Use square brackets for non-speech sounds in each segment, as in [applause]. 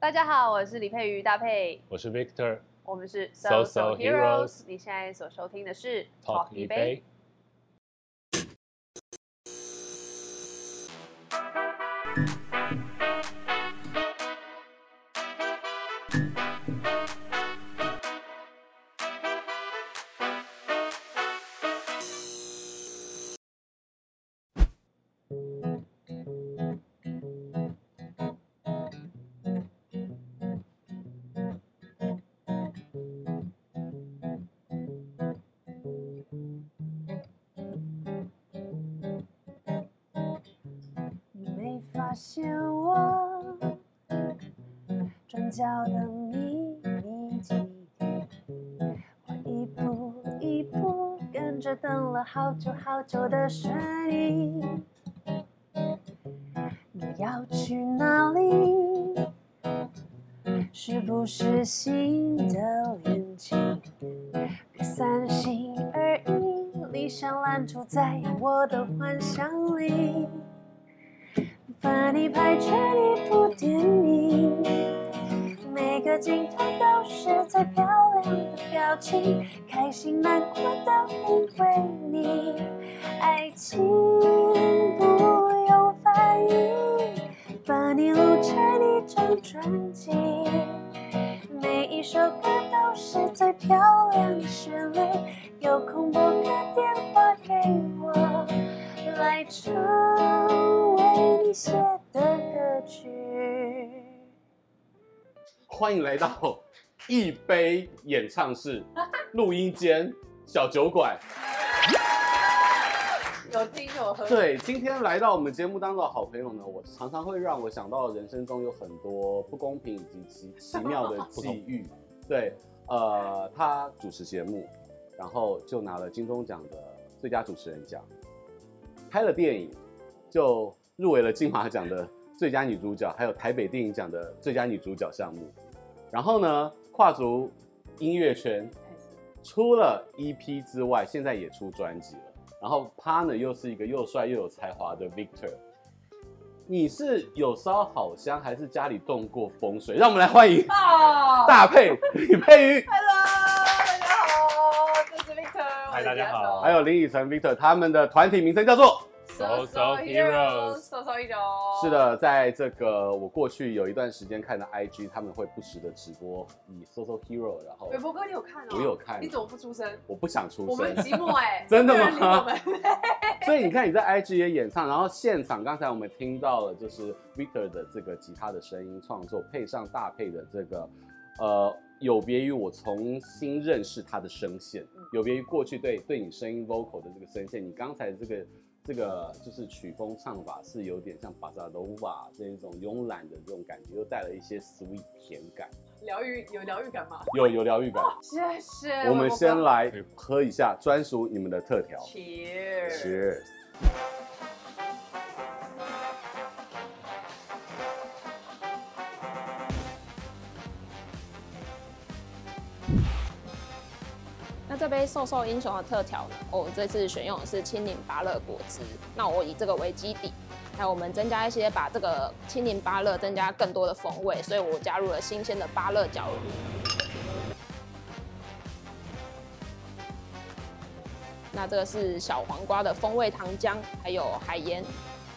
大家好，我是李佩瑜大佩，我是 Victor，我们是 So So Heroes 你现在所收听的是 Talk 一杯。你没发现我转角的秘密基地？我一步一步跟着等了好久好久的身影。你要去哪里？是不是新的恋情？别三心二意，理想蓝图在我的幻想里。把你拍成一部电影，每个镜头都是最漂亮的表情，开心难过都因为你。爱情不用翻译，把你录成一张专辑，每一首歌都是最漂亮的旋律。有空拨个电话给我。来唱为你写的歌曲。欢迎来到一杯演唱室、录音间、小酒馆。有听有喝，对，今天来到我们节目当中的好朋友呢，我常常会让我想到人生中有很多不公平以及奇奇妙的际遇。对，呃，他主持节目，然后就拿了金钟奖的最佳主持人奖，拍了电影，就入围了金马奖的最佳女主角，还有台北电影奖的最佳女主角项目。然后呢，跨足音乐圈，除了 EP 之外，现在也出专辑了。然后 partner 又是一个又帅又有才华的 Victor。你是有烧好香，还是家里动过风水？让我们来 [laughs] 欢迎好大佩李佩瑜， ，Hello，大家好，这是 Victor，嗨大家好还有林以晨 Victor，他们的团体名称叫做 So So So So Heroes， Heroes So So 一种，是，的，在这个我过去有一段时间看的 IG，他们会不时的直播以 Social Hero，然后韦伯哥你有看哦？我有看你怎么不出声？我不想出我们声很，寂寞哎， [laughs] 真的吗没有人理我们 [laughs] [laughs] 所以你看你在 IG 也演唱，然后现场刚才我们听到了就是 Victor 的这个吉他的声音创作，配上大配的这个，呃，有别于我重新认识他的声线，有别于过去对对你声音 vocal 的这个声线，你刚才这个这个就是曲风唱法是有点像巴萨罗瓦这一种慵懒的这种感觉，又带了一些 sweet 甜感，疗愈有疗愈感吗？有有疗愈感。谢谢，哦我们先来来喝一下专属你们的特调。 ，Cheers， Cheers。那这杯瘦瘦英雄的特调呢？哦我这次选用的是青柠芭乐果汁。那我以这个为基底，那我们增加一些，把这个青柠芭乐增加更多的风味，所以我加入了新鲜的芭乐角乳。那这个是小黄瓜的风味糖浆，还有海盐、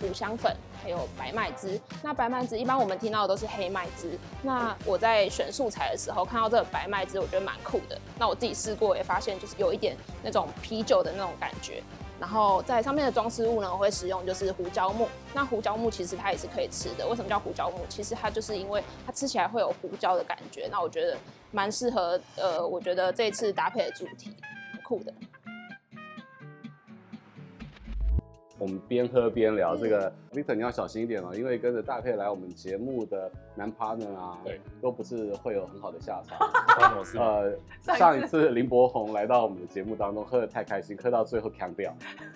五香粉，还有白麦汁。那白麦汁一般我们听到的都是黑麦汁，那我在选素材的时候看到这个白麦汁，我觉得蛮酷的。那我自己试过也发现，就是有一点那种啤酒的那种感觉。然后在上面的装饰物呢，我会使用就是胡椒木。那胡椒木其实它也是可以吃的。为什么叫胡椒木？其实它就是因为它吃起来会有胡椒的感觉。那我觉得蛮适合呃，我觉得这次搭配的主题，蛮酷的。我们边喝边聊这个，Victor 你要小心一点哦，因为跟着大佩来我们节目的男 partner 啊，对，都不是会有很好的下场。关我事吗？呃，上一次林柏宏来到我们的节目当中，喝的太开心，喝到最后扛掉，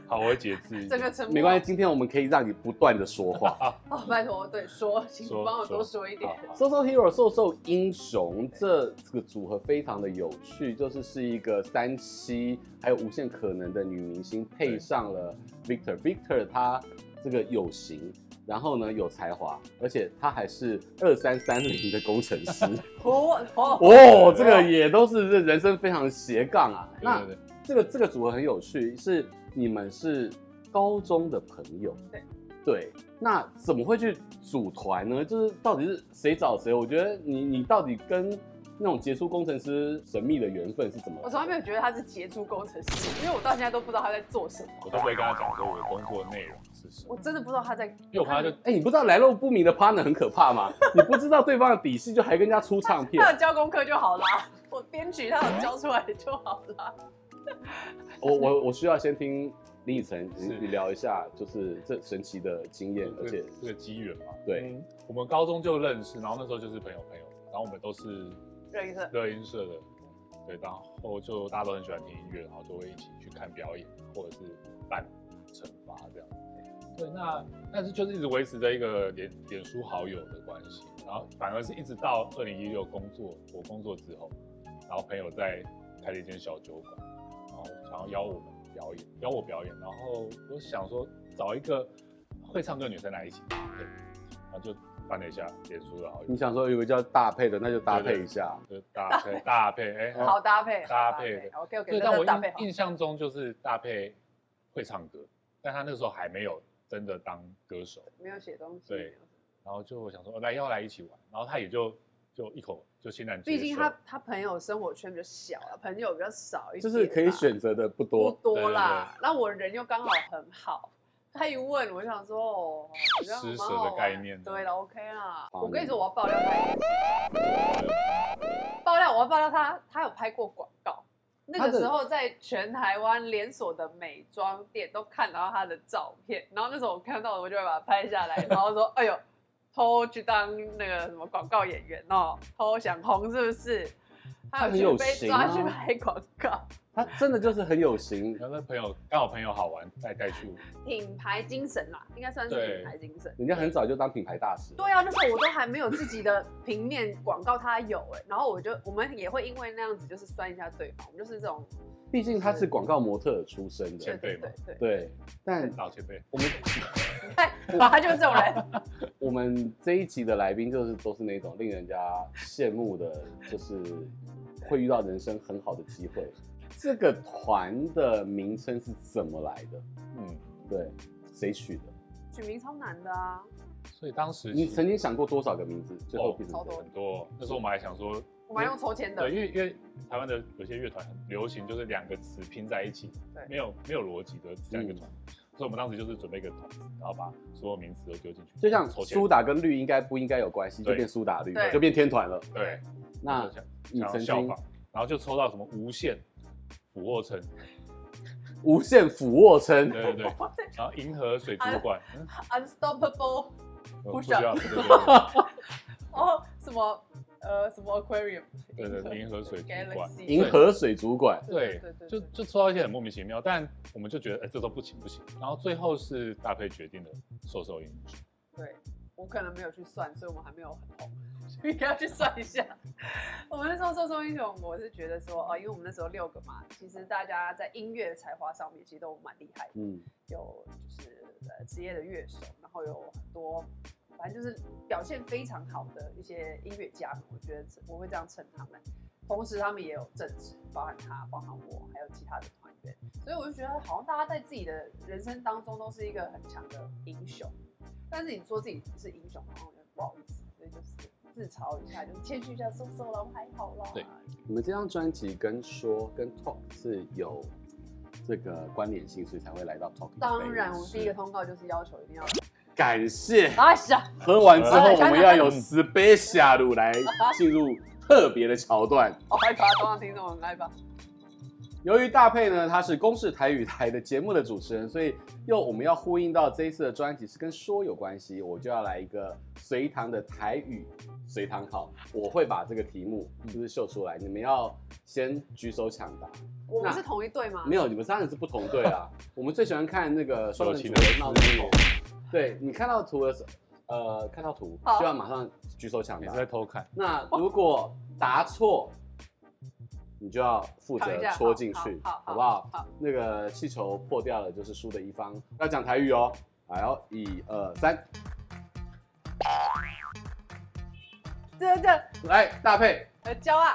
好，我会节制一整个点。沉默，没关系，今天我们可以让你不断的说话。哦，拜托，对，说，请说帮我多说说一点。瘦瘦 hero 瘦瘦英雄这个组合非常的有趣，就是是一个三七还有无限可能的女明星，配上了 Victor Victor 他这个有型，然后呢有才华，而且他还是二三三零的工程 [laughs] 师。哦哦，哦，这个也都是这人生非常斜杠啊。那对对对，这个这个组合很有趣，是你们是高中的朋友，对对，那怎么会去组团呢？就是到底是谁找谁？我觉得你你到底跟那种杰出工程师神秘的缘分是怎么我？从来没有觉得他是杰出工程师，因为我到现在都不知道他在做什么，我都不会跟他讲说我的工作内容是什么，我真的不知道他在。因为我怕他就哎、你不知道来路不明的 partner 很可怕吗？你不知道对方的底细，就还跟人家出唱 [laughs] 片他。有交功课就好啦，我编曲他有交出来就好啦。我我我需要先听林以晨是你聊一下，就是这神奇的经验，而这且个这个机缘嘛。嗯对，我们高中就认识，然后那时候就是朋友朋友，然后我们都是热音社，乐音社的，对，然后就大家都很喜欢听音乐，然后就会一起去看表演，或者是办惩罚这样。对，那但是就是一直维持着一个脸脸书好友的关系，然后反而是一直到二零一六工作，我工作之后，然后朋友在开了一间小酒馆，然后想要邀我们表演，邀我表演，然后我想说找一个会唱歌的女生来一起，对，然后就翻了一下脸书的好友你，想说有个叫搭配的，那就搭配一下。就搭 [laughs] 配搭配，哎、好搭配，搭配的，OK OK，对，但我搭配好印。印象中就是搭配会唱歌，但他那个时候还没有真的当歌手，没有写东西。对然后就想说哦来要来一起玩，然后他也就就一口就欣然接受。毕竟他他朋友生活圈比较小啊，朋友比较少一点，就是可以选择的不不多。多啦。那我人又刚好很好，他一问我就想说哦，好像施舍蛮好玩的概念啊对了，OK 啦。好我跟你说，我要爆料他一件事，爆料我要爆料他，他有拍过广告。那他个的时候在全台湾连锁的美妆店都看到他的照片，然后那时候我看到我就会把它拍下来，然后说：“哎呦，偷去当那个什么广告演员哦，偷想红是不是？”他他很有有去被型抓啊去拍广告，他真的就是很有型，然后那朋友刚好朋友好玩带带去，品牌精神啦，应该算是对品牌精神。人家很早就当品牌大使。对啊，那时候我都还没有自己的平面广告，他有哎、然后我就我们也会因为那样子就是酸一下对方，我们就是这种毕竟他是广告模特儿出身对的。对对对对，对，但老前辈，哎，他就是这种人，我们这一集的来宾就是都是那种令人家羡慕的，就是会遇到人生很好的机会。这个团的名称是怎么来的？嗯，对，谁取的？取名超难的啊，所以当时你其实曾经想过多少个名字？最后哦变成超这个嗯多很多，那时候我们还想说，我们还用抽签的对，，因为因为台湾的有些乐团很流行就是两个词拼在一起对，没有没有逻辑的这样一嗯个团。所以我们当时就是准备一个团子，然后把所有名词都丢进去，就像抽签苏打跟绿应该不应该有关系，就对变苏打绿对，就变天团了。对，那就想你想要曾效经仿，然后就抽到什么无限俯卧撑，无限俯卧撑，对对 [laughs] 对，然后银河水族馆，嗯 Unstoppable，我不呃不是需啊要，对对哦什么呃什么 Aquarium，对对对对，银河水族馆， Galaxy，银河水族馆。 [laughs] 对对对，对就就抽到一些很莫名其妙，但我们就觉得哎、这都不行不行，然后最后是搭配决定的瘦瘦音乐剧，对，我可能没有去算，所以我们还没有很红，应该要去算一下。 [laughs] 我们那时候受众英雄，我是觉得说，啊，因为我们那时候六个嘛，其实大家在音乐才华上面其实都蛮厉害的，嗯，有就是呃职业的乐手，然后有很多反正就是表现非常好的一些音乐家们，我觉得我会这样称他们。同时，他们也有正职，包含他，包含我，还有其他的团员，所以我就觉得好像大家在自己的人生当中都是一个很强的英雄，但是你说自己不是英雄，好像有点不好意思，所以就是自嘲一下，就是谦虚一下，收收了，我还好啦。对你们这张专辑跟说跟 talk 是有这个关联性，所以才会来到 talk。当然，我们第一个通告就是要求一定要，感谢。哎呀，喝完之后，哎我们要有 special 来进入特别的桥段。好害怕，通常听众很害怕。由于大佩呢，他是公视台语台的节目的主持人，所以又我们要呼应到这一次的专辑是跟说有关系，我就要来一个隋唐的台语隋唐考，我会把这个题目就是秀出来，你们要先举手抢答。我们那是同一队吗？没有，你们三人是不同队啊。我们最喜欢看 [laughs] 那个双人组友情的的闹撕剧裂。对你看到图的时候，呃，看到图好就要马上举手抢你答是。在偷看，那如果答错，你就要负责躺一下戳进去，好好好不好？好那个气球破掉了就是输的一方，要讲台语哦。来哦，一二三，真的来搭配，很骄傲，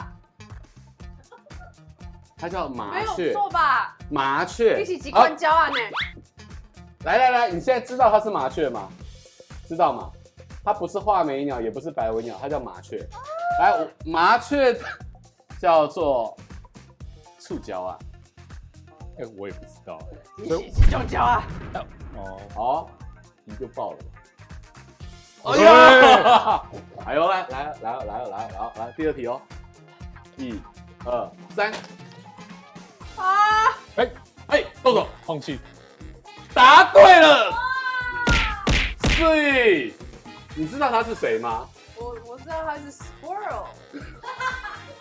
它叫没麻有雀，错吧？麻雀一起几好关骄傲呢？来来来，你现在知道它是麻雀吗？知道吗？它不是画眉鸟，也不是白尾鸟，它叫麻雀。来，我麻雀叫做触角啊。哎，我也不知道一哎，所起以几种骄傲，哦，哦，你就爆了。哎哎呀， [laughs] 哎呦，来来来来来来来，第二题哦，一、二、三，啊，哎，哎，豆豆放弃，答对了，是，你知道他是谁吗我我知道他是 [laughs] squirrel。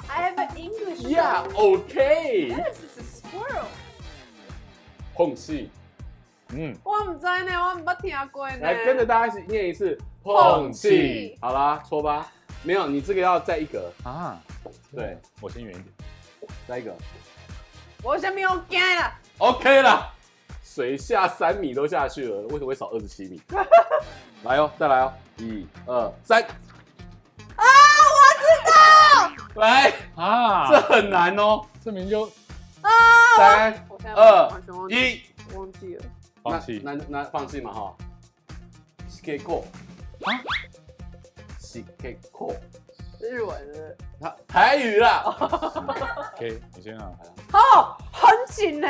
I have an English ？Yeah, OK， Yes, it's a squirrel. 空气，嗯，我唔知道呢，我唔捌听过呢。来跟着大家一起念一次，碰碰气气，好啦，戳吧，没有，你这个要再一格，啊，对，我先远一点。再一格我先没有惊啊啦， ，OK 啦，水下三米都下去了，为什么会少二十 [laughs] 七米？来哦，再来哦，一二三，啊，我知道，来，啊，这很难哦，这明就三我现在二完全忘记呃一。忘记了。放弃那那那放弃嘛哈。k go 啊， s k go，是日文的，他台语啦。 [laughs] ，OK，你先啊，哦，很紧呢，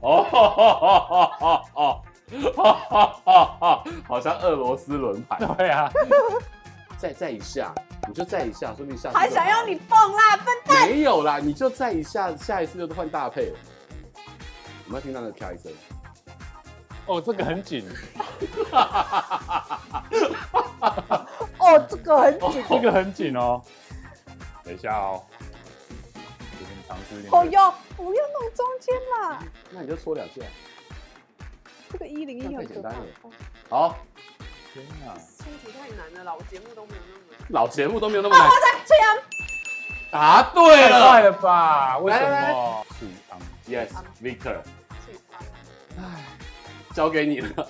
哦哦哦哦哦，好像俄罗斯轮盘。对啊，再再一下，你就再一下，说不定下次就还想要你蹦啦，笨蛋！没有啦，你就再一下，下一次就是换大配了。有没有听到那个咔一声？哦，这个很紧，哦，这个很这个很紧哦。等一下哦，我先尝试一哦好点。哦哟，不要弄中间啦，那你就搓两下。这个一零一很可怕那太简单。了好，天哪，这题太难了啦，我节目都没有那么。老节目都没有那么难。这样答对太快了了吧？为什来来么？是汤， ，Yes Victor，去吧，交给你了。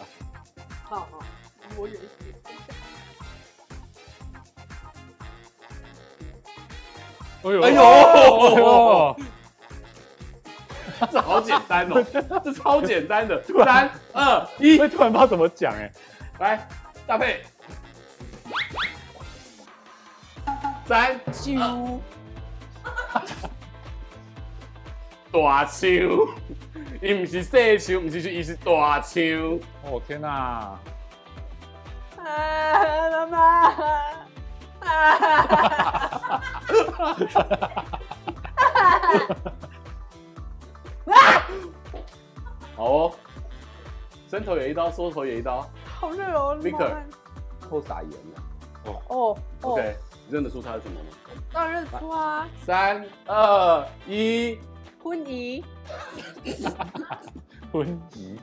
好好，我忍一点。哎呦哎哎呦呦，这好简单 [laughs] 哦，这超简单 [laughs] 的。三二一，会突然不知道怎么讲哎。来，搭配。三九，大象，伊唔是细象，唔是伊是大象。哦天哪，啊，妈妈，啊，好哦，伸头也一刀，缩头也一刀，好热哦 Victor 扣撒盐了。哦哦， OK，你认得出它是什么吗？当然认出啊，三二一，婚仪婚仪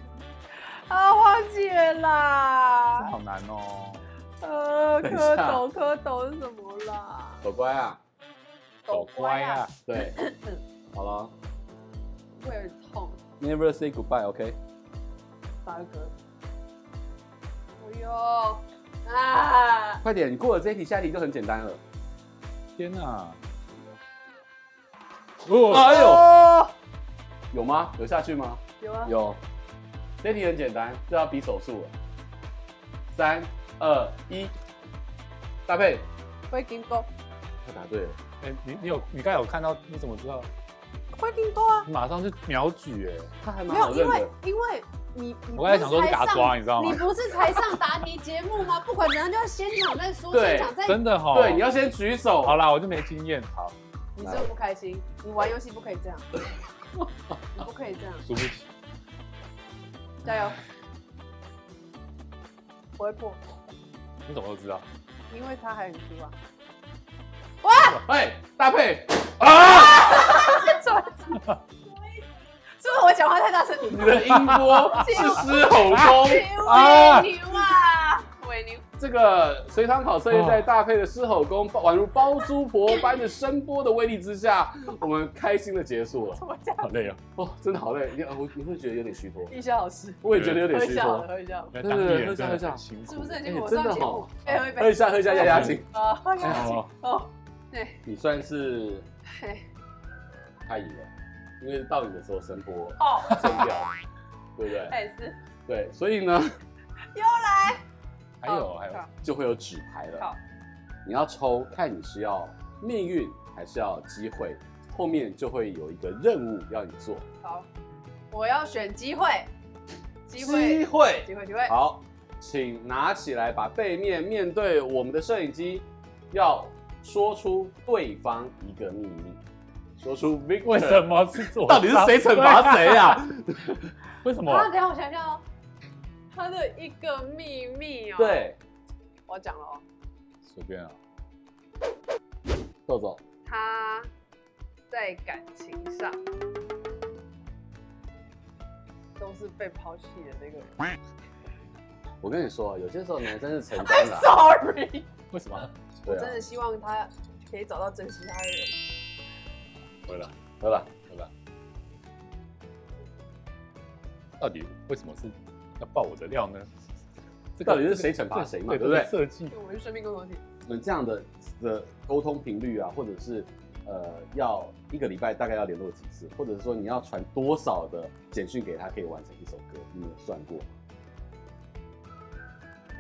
啊，忘记了啦，好难哦。呃，等一蝌下蚪蝌蚪是什么啦？狗乖啊，狗乖啊， [laughs] 对，好了会很痛， ，Never say goodbye，OK、打嗝。哎呦，啊，快点，你过了这一题，下一题就很简单了。天哪，哦，哎呦，呦，有吗？有下去吗？有啊，有，这题很简单，这要比手速了。三二一，搭配，会经过，他答对了。哎你你有你刚才有看到？你怎么知道？会经过啊，你马上就秒举哎。他还蛮没好有，认因为的。因为你，你我刚才想说是不打才上抓，你知道你吗？不是才上答题节目吗？不管怎样，就要先讲再说，对先讲再。真的哈。对，你要先举手。好，啦，我就没经验。好，你这不开心，你玩游戏不可以这样，你不可以这样，输不起。加油！不会破，你怎么都知道？因为他还很粗啊。 [laughs] 哎，搭配啊！什么意思是不是我讲话太大声？你的音波是狮吼丢功。啊！丢啊！我 menu。 [laughs] 这个隋唐烤测验在大配的狮吼功，宛如包租婆般的声波的威力之下，我们开心的结束了。 [laughs] 怎么这样？好累哦。哦，真的好累，你我你会觉得有点虚脱，一下老师，我也觉得有点喝虚笑脱了，。喝笑了，那对当地对人喝下真喝的下很辛苦，是不 [laughs] 是很哎辛苦？我真上的节哦目哎喝一杯喝一下，喝一下压压惊。啊，喝下哎哦，哦，对，你算是嘿太赢了，因为到你的时候声波哦，震掉了，对不对？哎是，对，所以呢还有还有，好就会有纸牌了好。你要抽，看你是要命运还是要机会，后面就会有一个任务要你做。好，我要选机会，机机会，会，机会，机会，好，请拿起来，把背面面对我们的摄影机，要说出对方一个秘密，说出 Victor 为什？么是做？ [laughs] 到底是谁惩罚谁啊？为什么？啊，等一下我想想哦，他的一个秘密哦，，对，我讲了哦，随便啊，豆豆，他在感情上都是被抛弃的那个人。我跟你说，有些时候男生是承担的 [laughs] [laughs] 啊，Sorry，为什么？对真啊，的希望他可以找到珍惜他的人。回来对吧？回来，到底为什么是要爆我的料呢？这到底是谁惩罚谁嘛这个对不对这个设计因为我们是生命共同体，那这样的的沟通频率啊，或者是呃，要一个礼拜大概要联络几次，或者是说你要传多少的简讯给他，可以完成一首歌，你有算 [laughs] 过吗？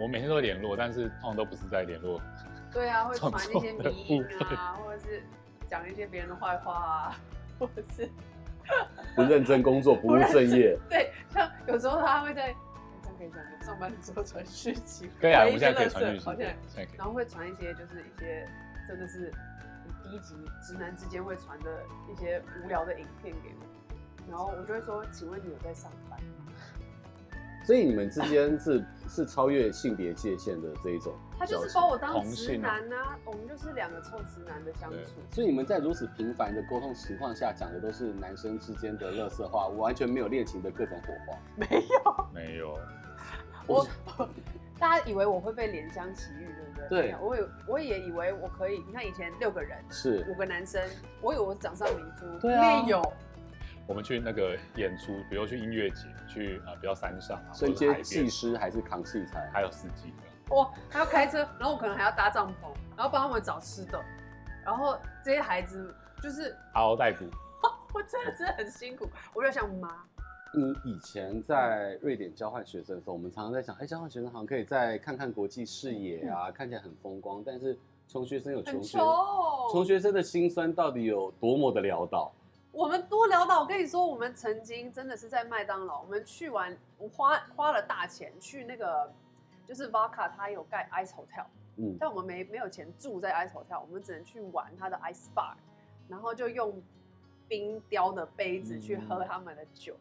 我每天都会联络，但是通常都不是在联络。对啊，会传创一些作的迷音啊，或者是讲一些别人的坏话啊， [laughs] 或者是不认真工作，不务正业，对，像有时候他会在这样可以讲吗上班的时候传讯息，可以啊，我回一们现些在可以垃圾传讯息，好对像也现在可以。然后会传一些就是一些真的是很低级直男之间会传的一些无聊的影片给我，然后我就会说，请问你有在上班吗？所以你们之间是是超越性别界限的这一种他就交情是把我当同直性啊男啊，我们就是两个臭直男的相对处。所以你们在如此频繁的沟通情况下，讲的都是男生之间的垃圾话，完全没有恋情的各种火花。没有，我 [laughs] 大家以为我会被怜香惜玉，对不对？对没有我有我也以为我可以。你看以前六个人，是五个男生，我以为我掌上明珠，对啊没有，我们去那个演出，比如去音乐节，去啊，呃比较山上啊，身或者是兼海技边，师还是扛器材？还有司机这样。哇，还要开车，然后我可能还要搭帐篷，然后帮他们找吃的，然后这些孩子就是嗷嗷待哺，我真的是很辛苦，我就想妈，你以前在瑞典交换学生的时候，我们常常在想，哎、交换学生好像可以再看看国际视野啊，看起来很风光，但是穷学生有很穷学穷丑。学生的辛酸到底有多么的潦倒？我们多聊到，我跟你说，我们曾经真的是在麦当劳，我们去完，我花花了大钱去那个，就是 Vaka 他有盖 Ice Hotel。嗯，但我们没没有钱住在 Ice Hotel，我们只能去玩它的 Ice Bar，然后就用冰雕的杯子去喝他们的酒，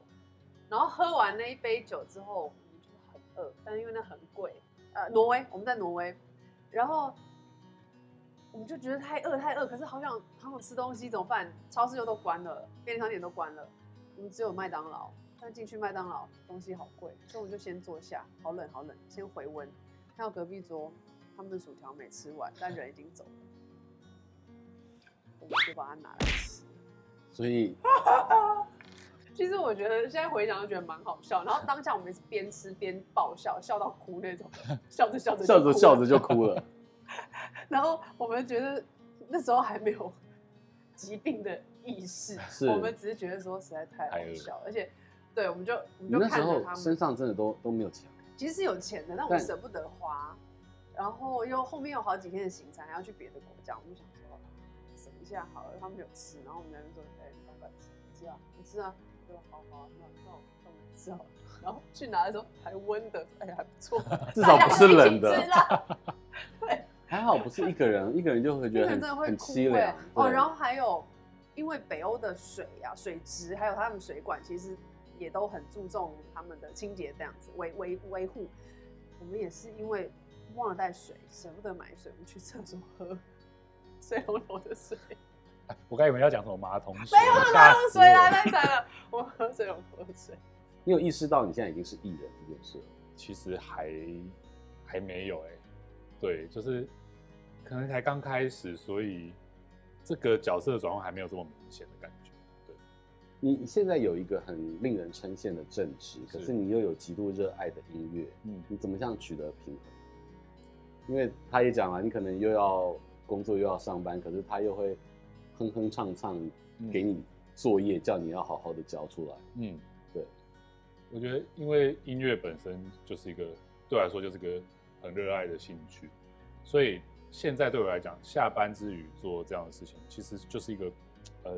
然后喝完那一杯酒之后，我们就很饿，但因为那很贵，呃，挪威，我们在挪威，然后我们就觉得太饿太饿，可是好想好想吃东西，怎么办？超市又都关了，便利商店都关了，我们只有麦当劳。但进去麦当劳东西好贵，所以我们就先坐下，好冷好冷，先回温。看到隔壁桌他们的薯条没吃完，但人已经走了，我们就把它拿来吃。所以其实我觉得现在回想都觉得蛮好笑，然后当下我们是边吃边爆笑，笑到哭那种，笑着笑着笑着笑着着就哭 [laughs] 了。然后我们觉得那时候还没有疾病的意识，是我们只是觉得说实在太好太饿笑，而且对我们就我们你就那时看着候他身们，上真的都都没有钱，其实是有钱的，但我但们舍不得花，然后又后面有好几天的行程还要去别的国家，我们就想说省一下好了，他们有吃，然后我们在那边说，哎、你要不要吃？你吃啊，你吃啊，我说好好，那那我那我们吃好了。然后去拿的时候还温的，哎、还不错， [laughs] 至少不是冷大家一的起吃。啦还好不是一个人，一个人就会觉那个得很真的会很哭凄欸凉。哦，对然后还有，因为北欧的水啊、水质，还有他们水管，其实也都很注重他们的清洁，这样子维维维护。我们也是因为忘了带水，舍不得买水，我们去厕所喝水龙头的 [laughs] 水， [laughs] 哎我刚以为你要讲什么马桶水，没有吓啦，死水来 [laughs] 我太惨了，我们喝水龙头的水。你有意识到你现在已经是艺人这件事了，其实还还没有哎、对，就是可能才刚开始，所以这个角色的转换还没有这么明显的感觉。对，你现在有一个很令人称羡的正职，可是是你又有极度热爱的音乐，嗯，你怎么样取得平衡？因为他也讲了，你可能又要工作又要上班，可是他又会哼哼唱唱给你作业，叫你要好好的交出来。嗯，对，我觉得因为音乐本身就是一个对我来说就是个很热爱的兴趣，所以现在对我来讲，下班之余做这样的事情，其实就是一个呃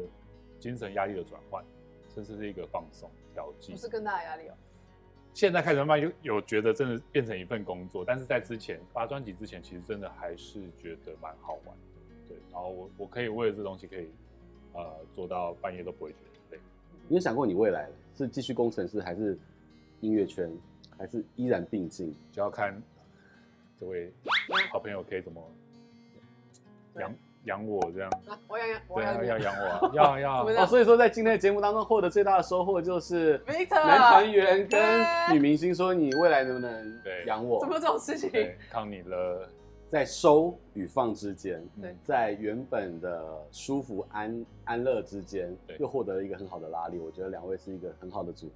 精神压力的转换，甚至是一个放松调剂不。是更大的压力哦。现在开始慢慢有有觉得真的变成一份工作，但是在之前发专辑之前，其实真的还是觉得蛮好玩的，对。然后我我可以为了这东西可以呃做到半夜都不会觉得累，你有想过你未来是继续工程师，还是音乐圈，还是依然并进？就要看这位好朋友可以怎么养养我这样，啊我要我对要啊，要你养我啊，要要怎么，哦，所以说在今天的节目当中获得最大的收获就是，Victor，啊男团员跟女明星说你未来能不能对养怎么我，这种事情？对，靠你了，在收与放之间，对在原本的舒服安安乐之间对，又获得了一个很好的拉力。我觉得两位是一个很好的组合，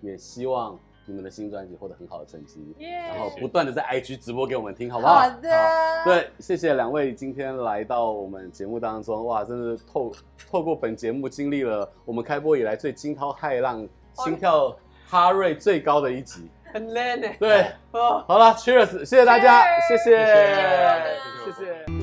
也希望你们的新专辑获得很好的成绩，耶然后谢谢不断的在 IG 直播给我们听，好不好好的，对，谢谢两位今天来到我们节目当中，哇，真的是透透过本节目经历了我们开播以来最惊涛骇浪、心跳哈瑞最高的一集。很 l a 呢。对，哦好了，Cheers，谢谢大家，谢谢，谢谢谢谢。